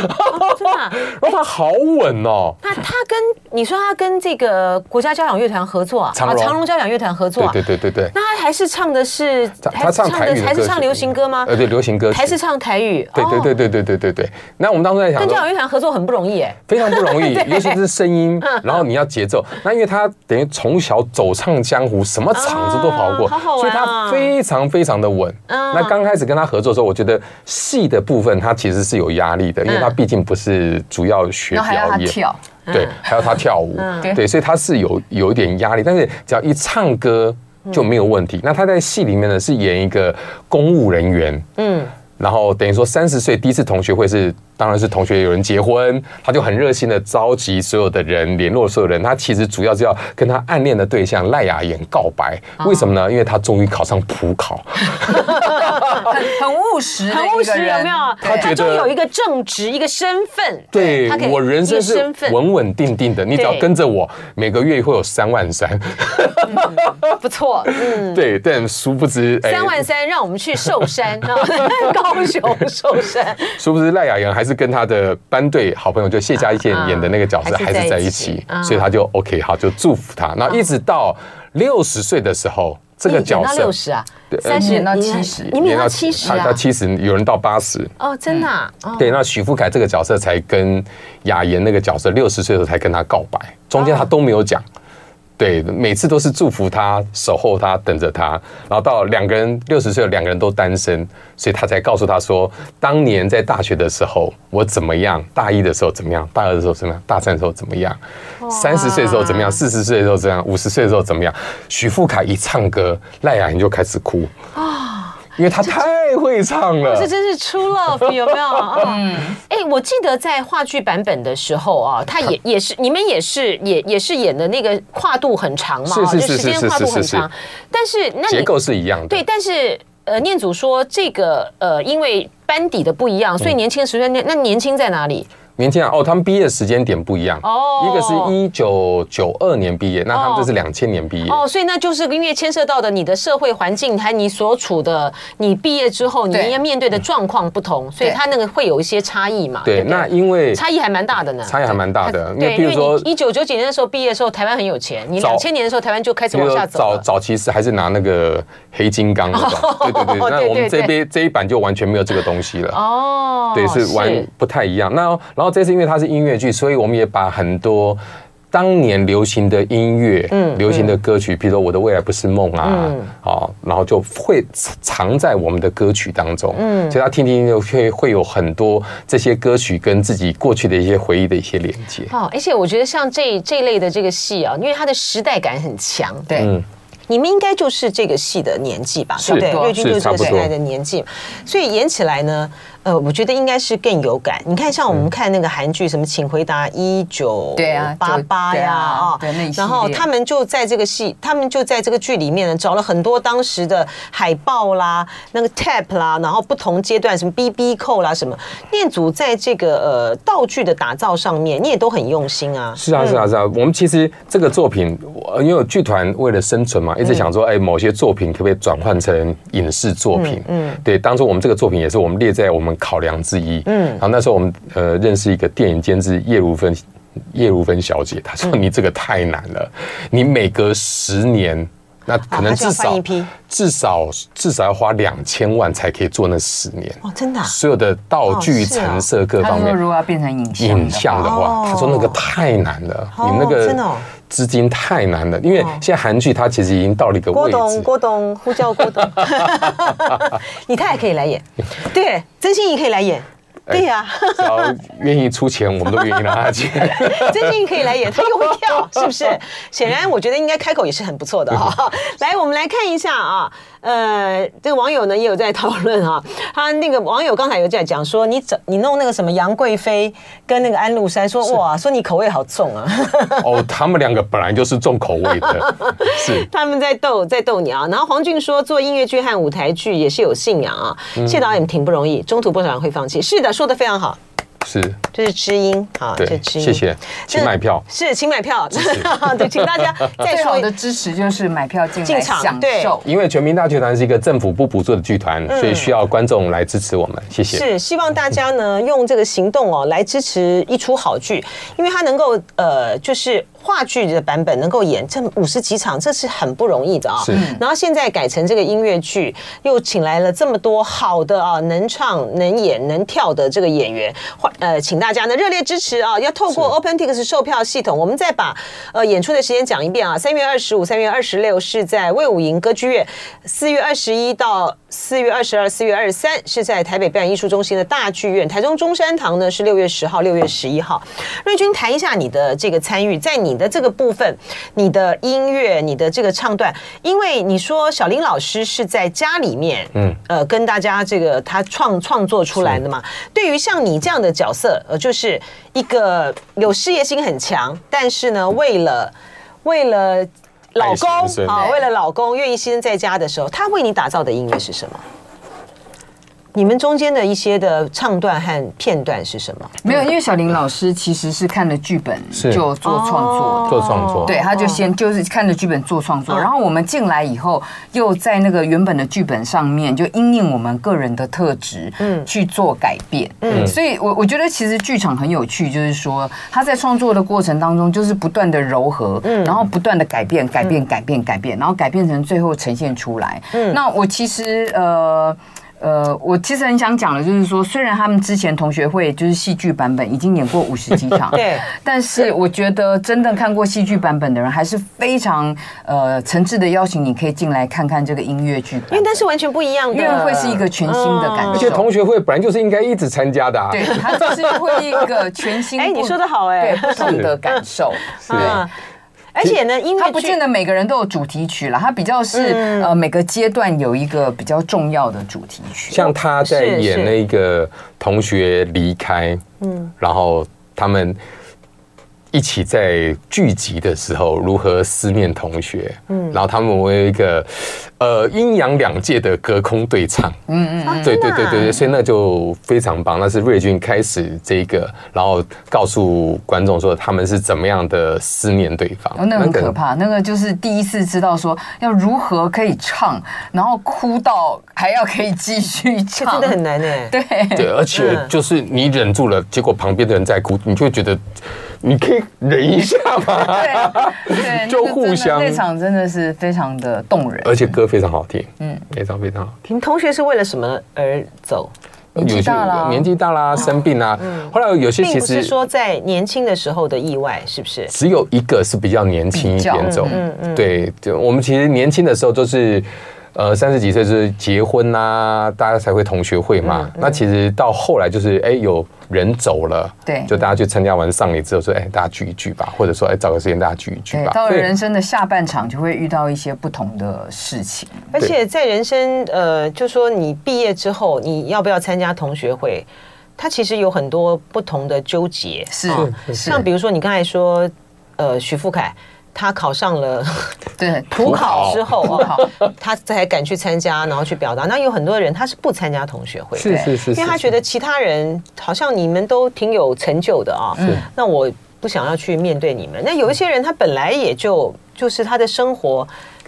Speaker 2: 的啊。
Speaker 3: 然后他好稳哦。
Speaker 2: 那他跟你说他跟这个国家交响乐团合作啊，
Speaker 3: 长
Speaker 2: 啊
Speaker 3: 荣
Speaker 2: 长荣交响乐团合作
Speaker 3: 对
Speaker 2: 啊，
Speaker 3: 对对对对。
Speaker 2: 那他还是唱的是
Speaker 3: 他
Speaker 2: 还
Speaker 3: 他唱台
Speaker 2: 的
Speaker 3: 语的
Speaker 2: 还是
Speaker 3: 歌
Speaker 2: 唱
Speaker 3: 曲
Speaker 2: 流行歌吗？
Speaker 3: 呃，对，流行歌曲。
Speaker 2: 还是唱台语？
Speaker 3: 对对对
Speaker 2: 哦
Speaker 3: 对对对对对。那我们当初在想
Speaker 2: 跟
Speaker 3: 说
Speaker 2: 交，响乐团合作很不容易哎。
Speaker 3: 非常 不容易，尤其是声音，
Speaker 2: 嗯
Speaker 3: 然后你要节奏。那因为他等于从小走唱江湖，什么场子都跑过，
Speaker 2: 啊好好玩啊
Speaker 3: 所以他非常非常的稳。
Speaker 2: 嗯
Speaker 3: 那刚开始跟他合作的时候，我觉得
Speaker 2: 嗯
Speaker 3: 戏的部分他其实是有压力的，因为他毕竟不是主要学
Speaker 4: 然后还要
Speaker 3: 表
Speaker 4: 他
Speaker 3: 演。
Speaker 4: 跳，
Speaker 3: 对，还有他跳舞，
Speaker 4: 对
Speaker 3: 对，所以他是有有一点压力，但是只要一唱歌就没有问题。那他在戏里面呢是演一个公务人员，嗯。然后等于说三十岁第一次同学会是，当然是同学有人结婚，他就很热心的召集所有的人，联络所有人。他其实主要是要跟他暗恋的对象赖雅妍告白，为什么呢？因为他终于考上普考，
Speaker 4: 很很务实，
Speaker 2: 哦很务实，有没有？
Speaker 3: 他觉得
Speaker 2: 终于有一个正职，一个身份，
Speaker 3: 对
Speaker 2: 他可以
Speaker 3: 我人生
Speaker 2: 一个
Speaker 3: 是
Speaker 2: 身份
Speaker 3: 稳稳定定的，你只要
Speaker 2: 对
Speaker 3: 跟着我，每个月会有三万三。
Speaker 2: 不 错，嗯。
Speaker 3: 对，但殊不知，哎
Speaker 2: 三万三，让我们去寿 山，然后高雄寿山，
Speaker 3: 殊不知赖雅妍还是跟她的班队好朋友，就谢佳燕演的那个角色
Speaker 2: 啊啊啊
Speaker 3: 还是在一起，所以他就 OK 好，就祝福她。那一直到六十岁的时候，这个
Speaker 2: 你演
Speaker 3: 角
Speaker 2: 到
Speaker 3: 色
Speaker 2: 六十啊，
Speaker 3: 对
Speaker 2: 三
Speaker 4: 你
Speaker 2: 十
Speaker 4: 演到70
Speaker 2: 你们演到七十
Speaker 3: 他
Speaker 2: 啊
Speaker 3: 到？七十，有人到八十。
Speaker 2: 哦，真的啊，哦
Speaker 3: 对，那许富凯这个角色才跟雅妍那个角色六十岁的时候才跟他告白，中间他都没有讲。对，每次都是祝福他、守候他、等着他，然后到两个人六十岁，两个人都单身，所以他才告诉他说，当年在大学的时候我怎么样，大一的时候怎么样，大二的时候怎么样，大三的时候怎么样，三十岁的时候怎么样，四十岁的时候怎么样，五十岁的时候怎么样。许富凯一唱歌，赖雅妍就开始哭啊，因为他太会唱了。
Speaker 2: 这真是 true love 有没 有？嗯，哎、我记得在话剧版本的时候啊，他也也是你们也是也也是演的那个跨度很长嘛，哦
Speaker 3: 是是
Speaker 2: 就是时间
Speaker 3: 是
Speaker 2: 跨度
Speaker 3: 是
Speaker 2: 很
Speaker 3: 是
Speaker 2: 长。但是那
Speaker 3: 结
Speaker 2: 你
Speaker 3: 构是一样的。
Speaker 2: 对，但是呃，念祖说这个呃，因为班底的不一样，
Speaker 3: 嗯
Speaker 2: 所以年轻时分那那年轻在哪里？
Speaker 3: 年轻人哦，他们毕业时间点不一样，
Speaker 2: 哦
Speaker 3: 一个是一九九二年毕业，那他
Speaker 2: 哦
Speaker 3: 们这是两千年毕业。
Speaker 2: 哦，所以那就是因为牵涉到的你的社会环境，还有你所处的，你毕业之后你
Speaker 4: 对
Speaker 2: 应该面对的状况不同，所以
Speaker 4: 对
Speaker 2: 他那个会有一些差异嘛。
Speaker 3: 对，
Speaker 2: 不
Speaker 3: 那因为
Speaker 2: 差异还蛮大的呢。
Speaker 3: 差异还蛮大的，因
Speaker 2: 对，
Speaker 3: 为
Speaker 2: 因
Speaker 3: 比如
Speaker 2: 为
Speaker 3: 说，
Speaker 2: 你一九九几年的时候毕业的时候，台湾很有钱，你
Speaker 3: 早
Speaker 2: 两千年的时候台湾就开始
Speaker 3: 比如
Speaker 2: 往
Speaker 3: 说
Speaker 2: 下走
Speaker 3: 早
Speaker 2: 了。哦
Speaker 3: 早期是还是拿那个黑金刚那种，对对 对，
Speaker 2: 对
Speaker 3: 那我
Speaker 2: 对
Speaker 3: 们这
Speaker 2: 对
Speaker 3: 边这一版就完全没有这个东西了。
Speaker 2: 哦，
Speaker 3: 对，是玩不太一样。那然后这次因为它是音乐剧，所以我们也把很多当年流行的音乐、流行的歌曲，譬如说《我的未来不是梦》啊，好，然后就会藏在我们的歌曲当中。嗯，所以他听听就会会有很多这些歌曲跟自己过去的一些回忆的一些连接。
Speaker 2: 哦，而且我觉得像这这类的这个戏啊，因为它的时代感很强，
Speaker 4: 对，
Speaker 3: 嗯
Speaker 2: 你们应该就是这个戏的年纪吧？
Speaker 3: 是
Speaker 2: 对不对
Speaker 3: 对
Speaker 2: 瑞君
Speaker 3: 是
Speaker 2: 就是这
Speaker 3: 差
Speaker 2: 个
Speaker 3: 不多
Speaker 2: 时代的年纪，所以演起来呢，呃，我觉得应该是更有感。你看，像我们看那个韩剧，什么《请回答一九
Speaker 4: 对啊
Speaker 2: 八八》
Speaker 4: 对
Speaker 2: 呀，啊
Speaker 4: 啊对那一系列
Speaker 2: 然后他们就在这个戏，他们就在这个剧里面呢，找了很多当时的海报啦、那个 tap 啦，然后不同阶段什么 BB 扣啦什么，念祖在这个呃道具的打造上面，你也都很用心啊。
Speaker 3: 是啊，是啊，是啊。我们其实这个作品，我因为剧团为了生存嘛，
Speaker 2: 嗯
Speaker 3: 一直想说，哎，某些作品可不可以转换成影视作品？嗯，对。当初我们这个作品也是我们列在我们考量之一。嗯，然后那时候我们呃认识一个电影监制叶如芬，叶如芬小姐，她说你这个太难了，你每隔十年。那可能
Speaker 2: 嗯啊她就要
Speaker 3: 至少
Speaker 2: 换一批
Speaker 3: 至少至少要花两千万才可以做那十年，
Speaker 2: 哦，真的啊、
Speaker 3: 所有的道具、
Speaker 2: 哦是啊
Speaker 3: 成色各
Speaker 4: 他
Speaker 3: 方
Speaker 4: 说
Speaker 3: 面
Speaker 4: 如果要变成影像的话，
Speaker 3: 影像的
Speaker 2: 哦
Speaker 3: 话，他说那个太难了，
Speaker 2: 哦
Speaker 3: 你那
Speaker 2: 真的哦哦
Speaker 3: 个资金太难了，因为现在韩剧它其实已经到了一个
Speaker 2: 郭
Speaker 3: 位
Speaker 2: 董，
Speaker 3: 置。
Speaker 2: 郭董，呼叫郭董，你太太可以来演，对，曾心怡可以来演，对呀、
Speaker 3: 只要愿意出钱，我们都愿意让他去。
Speaker 2: 曾心怡可以来演，她又会跳，是不是？显然，我觉得应该开口也是很不错的哈、来，我们来看一下啊，呃，这个网友呢也有在讨论啊，他那个网友刚才有在讲说，你怎你弄那个什么杨贵妃跟那个安禄山说，哇，说你口味好重啊。
Speaker 3: 哦，他们两个本来就是重口 味的，是
Speaker 2: 他们在逗在逗你啊。然后黄俊说做音乐剧和舞台剧也是有信仰啊，
Speaker 3: 嗯
Speaker 2: 谢导演挺不容易，中途不少人会放弃。是的，说的非常好，
Speaker 3: 是，
Speaker 2: 这是知音啊，这
Speaker 3: 对
Speaker 2: 是，知音。
Speaker 3: 谢谢，请
Speaker 2: 这
Speaker 3: 买票。
Speaker 2: 是，请买 票。对，请大家再
Speaker 4: 最
Speaker 2: 说
Speaker 4: 好
Speaker 2: 一
Speaker 4: 的支持就是买票进
Speaker 2: 进
Speaker 4: 来
Speaker 2: 场
Speaker 4: 享
Speaker 2: 对
Speaker 4: 受。
Speaker 3: 因为全民大剧团是一个政府不补助的剧团，所以需要观众来支持我们，谢谢。
Speaker 2: 嗯是希望大家呢用这个行动哦来支持一出好剧，因为它能够呃就是话剧的版本能够演这五十几场，这是很不容易的啊、
Speaker 3: 是嗯
Speaker 2: 然后现在改成这个音乐剧，又请来了这么多好的啊能唱能演能跳的这个演员，欢呃请大家呢热烈支持啊！要透过 OpenTix 售票系统，我们再把呃演出的时间讲一遍啊，三月二十五、三月二十六是在魏武营歌剧院，四月二十一到。四月二十二、四月二十三是在台北表演艺术中心的大剧院，台中中山堂呢是六月十号、六月十一号。瑞君谈一下你的这个参与，在你的这个部分，你的音乐、你的这个唱段，因为你说小林老师是在家里面，嗯，呃，跟大家这个他创创作出来的嘛。对于像你这样的角色，呃，就是一个有事业心很强，但是呢，为了为了老
Speaker 3: 爱
Speaker 2: 公
Speaker 3: 先生
Speaker 2: 啊，为了老公愿意牺牲在家的时候，他为你打造的音乐是什么？你们中间的一些的唱段和片段是什么？
Speaker 4: 没有，因为小林老师其实是看了剧本
Speaker 3: 是
Speaker 4: 就做创作的。
Speaker 3: 哦做创作，
Speaker 4: 对，他就先就是看着剧本做创作，
Speaker 2: 嗯
Speaker 4: 然后我们进来以后，又在那个原本的剧本上面，就因应我们个人的特质，嗯，去做改变。嗯，所以我我觉得其实剧场很有趣，就是说他在创作的过程当中，就是不断的柔和，嗯，然后不断的改变，改变，改变，改变，然后改变成最后呈现出来。嗯，那我其实呃。呃，我其实很想讲的，就是说，虽然他们之前同学会就是戏剧版本已经演过五十几 场，
Speaker 2: 对
Speaker 4: 但是我觉得真正看过戏剧版本的人，还是非常呃诚挚的邀请你可以进来看看这个音乐剧版
Speaker 2: 因
Speaker 4: 本，
Speaker 2: 为哎但是完全不一嗯样的，
Speaker 4: 因为会是一个全新的感受。
Speaker 3: 而且同学会本来就是应该一直参加的、啊，
Speaker 4: 对，它就是会一个全新不。
Speaker 2: 哎你说得好哎
Speaker 4: 对，不同的感受。
Speaker 3: 是
Speaker 2: 啊，而且呢，音乐
Speaker 4: 它不见
Speaker 2: 剧
Speaker 4: 得每个人都有主题曲啦，它比较是、
Speaker 2: 嗯
Speaker 4: 呃每个阶段有一个比较重要的主题曲。
Speaker 3: 像他在
Speaker 2: 是是
Speaker 3: 演那个同学离开，嗯，然后他们一起在聚集的时候如何思念同学，嗯，然后他们会有一个呃阴阳两界的隔空对唱，
Speaker 2: 啊
Speaker 3: 对对
Speaker 2: 真的
Speaker 3: 对
Speaker 2: 啊
Speaker 3: 对对，所以那就非常棒。那是瑞军开始这个，然后告诉观众说他们是怎么样的思念对方，
Speaker 4: 哦，那个很
Speaker 3: 个
Speaker 4: 可怕，那个就是第一次知道说要如何可以唱，然后哭到还要可以继续
Speaker 2: 这
Speaker 4: 唱，
Speaker 2: 真的很难哎。
Speaker 4: 对，
Speaker 3: 对，而且
Speaker 2: 嗯
Speaker 3: 就是你忍住了，结果旁边的人在哭，你就会觉得你可以忍一下嘛。
Speaker 4: 对对，
Speaker 3: 就
Speaker 4: 那个
Speaker 3: 互
Speaker 4: 真的
Speaker 3: 相
Speaker 4: 那场真的是非常的动人。
Speaker 3: 而且歌非常好听，嗯，非常非常好。
Speaker 2: 你们同学是为了什么而走？
Speaker 4: 年纪
Speaker 3: 有些
Speaker 4: 大了啊嗯
Speaker 3: 年纪大啦，生病啦。后来有些
Speaker 2: 并
Speaker 3: 其
Speaker 2: 不是
Speaker 3: 实
Speaker 2: 说在年轻的时候的意外，是不是？
Speaker 3: 只有一个是比较年轻一点走，
Speaker 4: 嗯
Speaker 3: 对，就我们其实年轻的时候就是。呃，三十几岁就是结婚呐、大家才会同学会嘛。
Speaker 4: 嗯
Speaker 3: 那其实到后来就是，哎、有人走了，
Speaker 4: 对
Speaker 3: 就大家去参加完丧礼之后说，哎、大家聚一聚吧，或者说，哎、找个时间大家聚一聚
Speaker 4: 对，
Speaker 3: 吧。
Speaker 4: 到了
Speaker 3: 对
Speaker 4: 人生的下半场就会遇到一些不同的事情。
Speaker 2: 而且在人生，呃，就说你毕业之后，你要不要参加同学会？它其实有很多不同的纠结，
Speaker 4: 是
Speaker 2: 啊
Speaker 4: 是是
Speaker 2: 像比如说你刚才说，呃，徐富凯。他考上 了
Speaker 4: 对，
Speaker 2: 普考之后
Speaker 4: 普
Speaker 2: 啊
Speaker 4: 考，
Speaker 2: 他才敢去参加，然后去表达。那有很多人他是不参加同学会的，
Speaker 3: 是是是，
Speaker 2: 因为他觉得其他人好像你们都挺有成就的啊，那我不想要去面对你们。那有一些人他本来也就就是他的生活。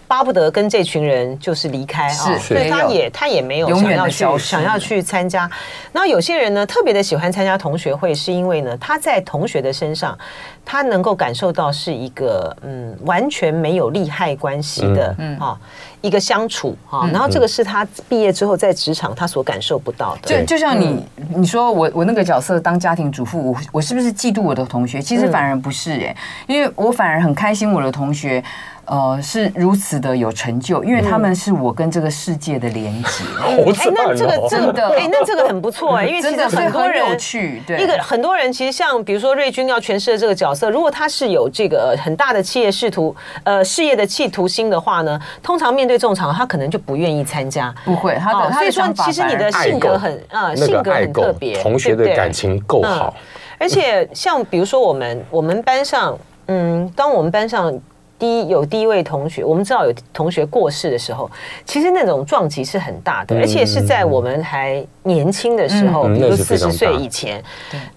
Speaker 2: 巴不得跟这群人就是离开啊，
Speaker 4: 是
Speaker 2: 所以
Speaker 4: 没
Speaker 2: 他
Speaker 4: 有
Speaker 2: 也他也没有
Speaker 4: 永
Speaker 2: 想
Speaker 4: 远
Speaker 2: 要
Speaker 4: 地消
Speaker 2: 去
Speaker 4: 失
Speaker 2: 想要去参加。那有些人呢，特别的喜欢参加同学会，是因为呢，他在同学的身上，他能够感受到是一个嗯完全没有利害关系的
Speaker 3: 嗯
Speaker 2: 啊一个相处啊，
Speaker 4: 嗯
Speaker 2: 然后这个是他毕业之后在职场他所感受不到的。
Speaker 4: 就就像你，
Speaker 2: 嗯
Speaker 4: 你说我我那个角色当家庭主妇，我我是不是嫉妒我的同学？其实
Speaker 2: 嗯
Speaker 4: 反而不是哎、因为我反而很开心我的同学。呃，是如此的有成就，因为他
Speaker 2: 嗯
Speaker 4: 们是我跟这个世界的连 接，
Speaker 3: 好
Speaker 2: 哎、
Speaker 3: 惨
Speaker 2: 那这个
Speaker 3: 哦
Speaker 2: 这
Speaker 4: 真
Speaker 2: 个
Speaker 4: 的
Speaker 2: 哎、那这个很不错哎、因为其
Speaker 4: 真
Speaker 2: 实
Speaker 4: 的是
Speaker 2: 很多
Speaker 4: 很
Speaker 2: 人
Speaker 4: 有趣。对，
Speaker 2: 一个很多人其实像比如说瑞君要诠释的这个角色，如果他是有这个呃很大的企业仕途，呃，事业的企图心的话呢，通常面对这种场合，他可能就不愿意参加。
Speaker 4: 不会，他的、
Speaker 2: 哦
Speaker 4: 他
Speaker 2: 所以
Speaker 4: 的
Speaker 2: 说
Speaker 4: 想法
Speaker 2: 其实
Speaker 4: 反
Speaker 2: 你的
Speaker 4: 而
Speaker 2: 性格很呃，
Speaker 3: 那
Speaker 2: 性
Speaker 3: 个
Speaker 2: 格
Speaker 3: 爱
Speaker 2: 很
Speaker 3: 够
Speaker 2: 特别，
Speaker 3: 同学的
Speaker 2: 对不对
Speaker 3: 感情够好，
Speaker 2: 嗯
Speaker 4: 嗯
Speaker 2: 而且像比如说我们我们班上，嗯，当我们班上第一有第一位同学，我们知道有同学过世的时候，其实那种撞击是很大的，而且是在我们还年轻的时候，
Speaker 3: 嗯嗯嗯
Speaker 2: 比如
Speaker 3: 那是
Speaker 2: 四
Speaker 3: 非
Speaker 2: 十
Speaker 3: 常
Speaker 2: 岁
Speaker 3: 大
Speaker 2: 以前，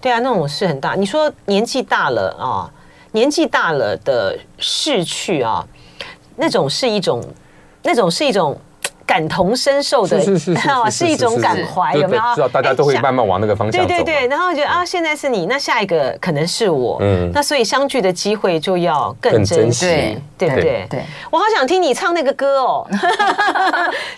Speaker 2: 对啊，那种是很大。你说年纪大了啊，年纪大了的逝去啊，那种是一种，那种是一种。感同身受的，
Speaker 3: 是是是
Speaker 2: 啊
Speaker 3: 是
Speaker 2: 一种
Speaker 3: 是
Speaker 2: 感
Speaker 3: 是
Speaker 2: 怀，
Speaker 3: 就
Speaker 2: 有没有啊？
Speaker 3: 知道大家
Speaker 2: 哎
Speaker 3: 都会
Speaker 2: 想
Speaker 3: 慢慢往那个方向
Speaker 2: 对
Speaker 3: 走嘛。
Speaker 2: 对对，然后觉得啊，现在是你，那下一个可能是我，
Speaker 3: 嗯
Speaker 2: 那所以相聚的机会就要更
Speaker 3: 更
Speaker 2: 珍
Speaker 3: 珍
Speaker 2: 惜，
Speaker 3: 惜
Speaker 4: 对
Speaker 2: 对不对？
Speaker 4: 对，
Speaker 2: 我好想听你唱那个歌 哦，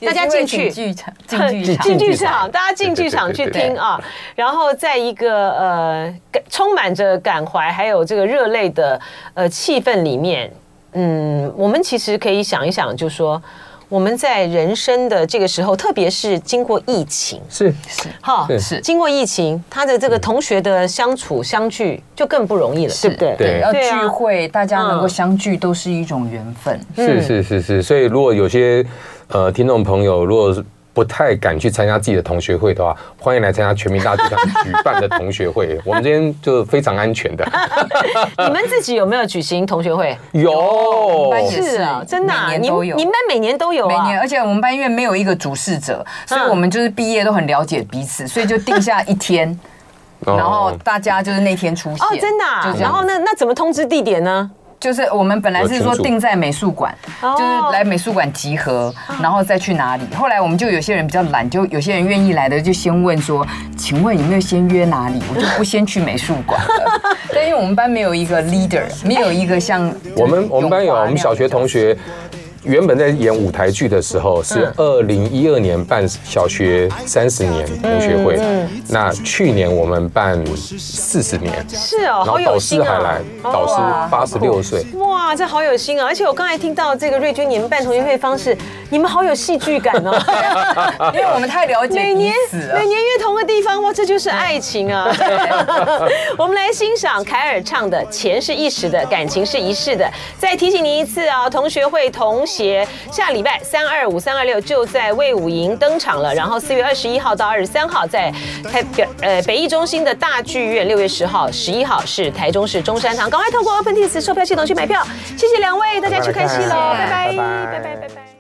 Speaker 2: 大家进去。
Speaker 4: 进剧场，进 剧
Speaker 2: 进
Speaker 4: 场，
Speaker 2: 剧
Speaker 3: 剧
Speaker 2: 场，
Speaker 3: 场
Speaker 2: 大家进剧场去
Speaker 3: 对对对对
Speaker 2: 听啊，然后在一个呃感充满着感怀还有这个热泪的呃气氛里面，嗯，我们其实可以想一想，就说我们在人生的这个时候，特别是经过疫情，
Speaker 3: 是
Speaker 2: 哈，
Speaker 3: 是
Speaker 4: 是
Speaker 2: 经过疫情，他的这个同学的相处相聚就更不容易了，对不对？
Speaker 3: 对
Speaker 4: 要
Speaker 2: 对啊
Speaker 4: 聚会，大家能
Speaker 2: 嗯
Speaker 4: 够相聚都是一种缘分。
Speaker 3: 是是是是，所以如果有些呃听众朋友如果是不太敢去参加自己的同学会的话，欢迎来参加全民大剧团举办的同 学会。我们今天就非常安全的，
Speaker 2: 你们自己有没有举行同学会？
Speaker 3: 有
Speaker 4: 班哦也是
Speaker 2: 是啊，真的啊，
Speaker 4: 每年
Speaker 2: 你
Speaker 4: 都有
Speaker 2: 你们班每年都有
Speaker 4: 每
Speaker 2: 啊，
Speaker 4: 年，而且我们班因为没有一个主事者，所以
Speaker 2: 嗯
Speaker 4: 我们就是毕业都很了解彼此，所以就定下一天，然后
Speaker 3: 哦
Speaker 4: 大家就是那天出现。
Speaker 2: 哦，真的啊、
Speaker 4: 就这
Speaker 2: 然
Speaker 4: 样
Speaker 2: 后那那怎么通知地点呢？
Speaker 4: 就是我们本来是
Speaker 3: 有
Speaker 4: 说
Speaker 3: 群组
Speaker 4: 定在美术馆，
Speaker 2: 哦
Speaker 4: 就是来美术馆集合，然后再去哪里。后来我们就有些人比较懒，就有些人愿意来的就先问说，请问有没有先约哪里？我就不先去美术馆 了。但因为我们班没有一个 leader，没有一个像
Speaker 3: 我们我们班有
Speaker 4: 永华
Speaker 3: 我们小学同学。原本在演舞台剧的时候
Speaker 2: 嗯
Speaker 3: 是二零一二年办小学三十年同学
Speaker 2: 嗯
Speaker 3: 会，那去年我们办四十年，
Speaker 2: 是哦，
Speaker 3: 然
Speaker 2: 好
Speaker 3: 后
Speaker 2: 有
Speaker 3: 导
Speaker 2: 心
Speaker 3: 师还来
Speaker 2: 啊！，哦
Speaker 3: 导师
Speaker 4: 哇
Speaker 3: 八十六岁，
Speaker 2: 哇，这好有心啊！而且我刚才听到这个瑞君，你们办同学会方式，你们好有戏剧感 哦。
Speaker 4: 那 样的角色，因为我们太了
Speaker 2: 每
Speaker 4: 解彼
Speaker 2: 年
Speaker 4: 此啊了
Speaker 2: 每。年约同个地方，哇，这就是爱情啊！我们来欣赏凯尔唱的《钱是一时的，感情是一世的》。再提醒您一次啊，同学会同协下礼拜三二五三二六就在魏武营登场了，然后四月二十一号到二十三号在台北呃北艺中心的大剧院，六月十号、十一号是台中市中山堂，赶快透过 OpenTix 售票系统去买票。谢谢两位，大家去看戏喽，
Speaker 3: 拜
Speaker 2: 拜拜拜
Speaker 3: 拜拜
Speaker 2: 拜拜拜。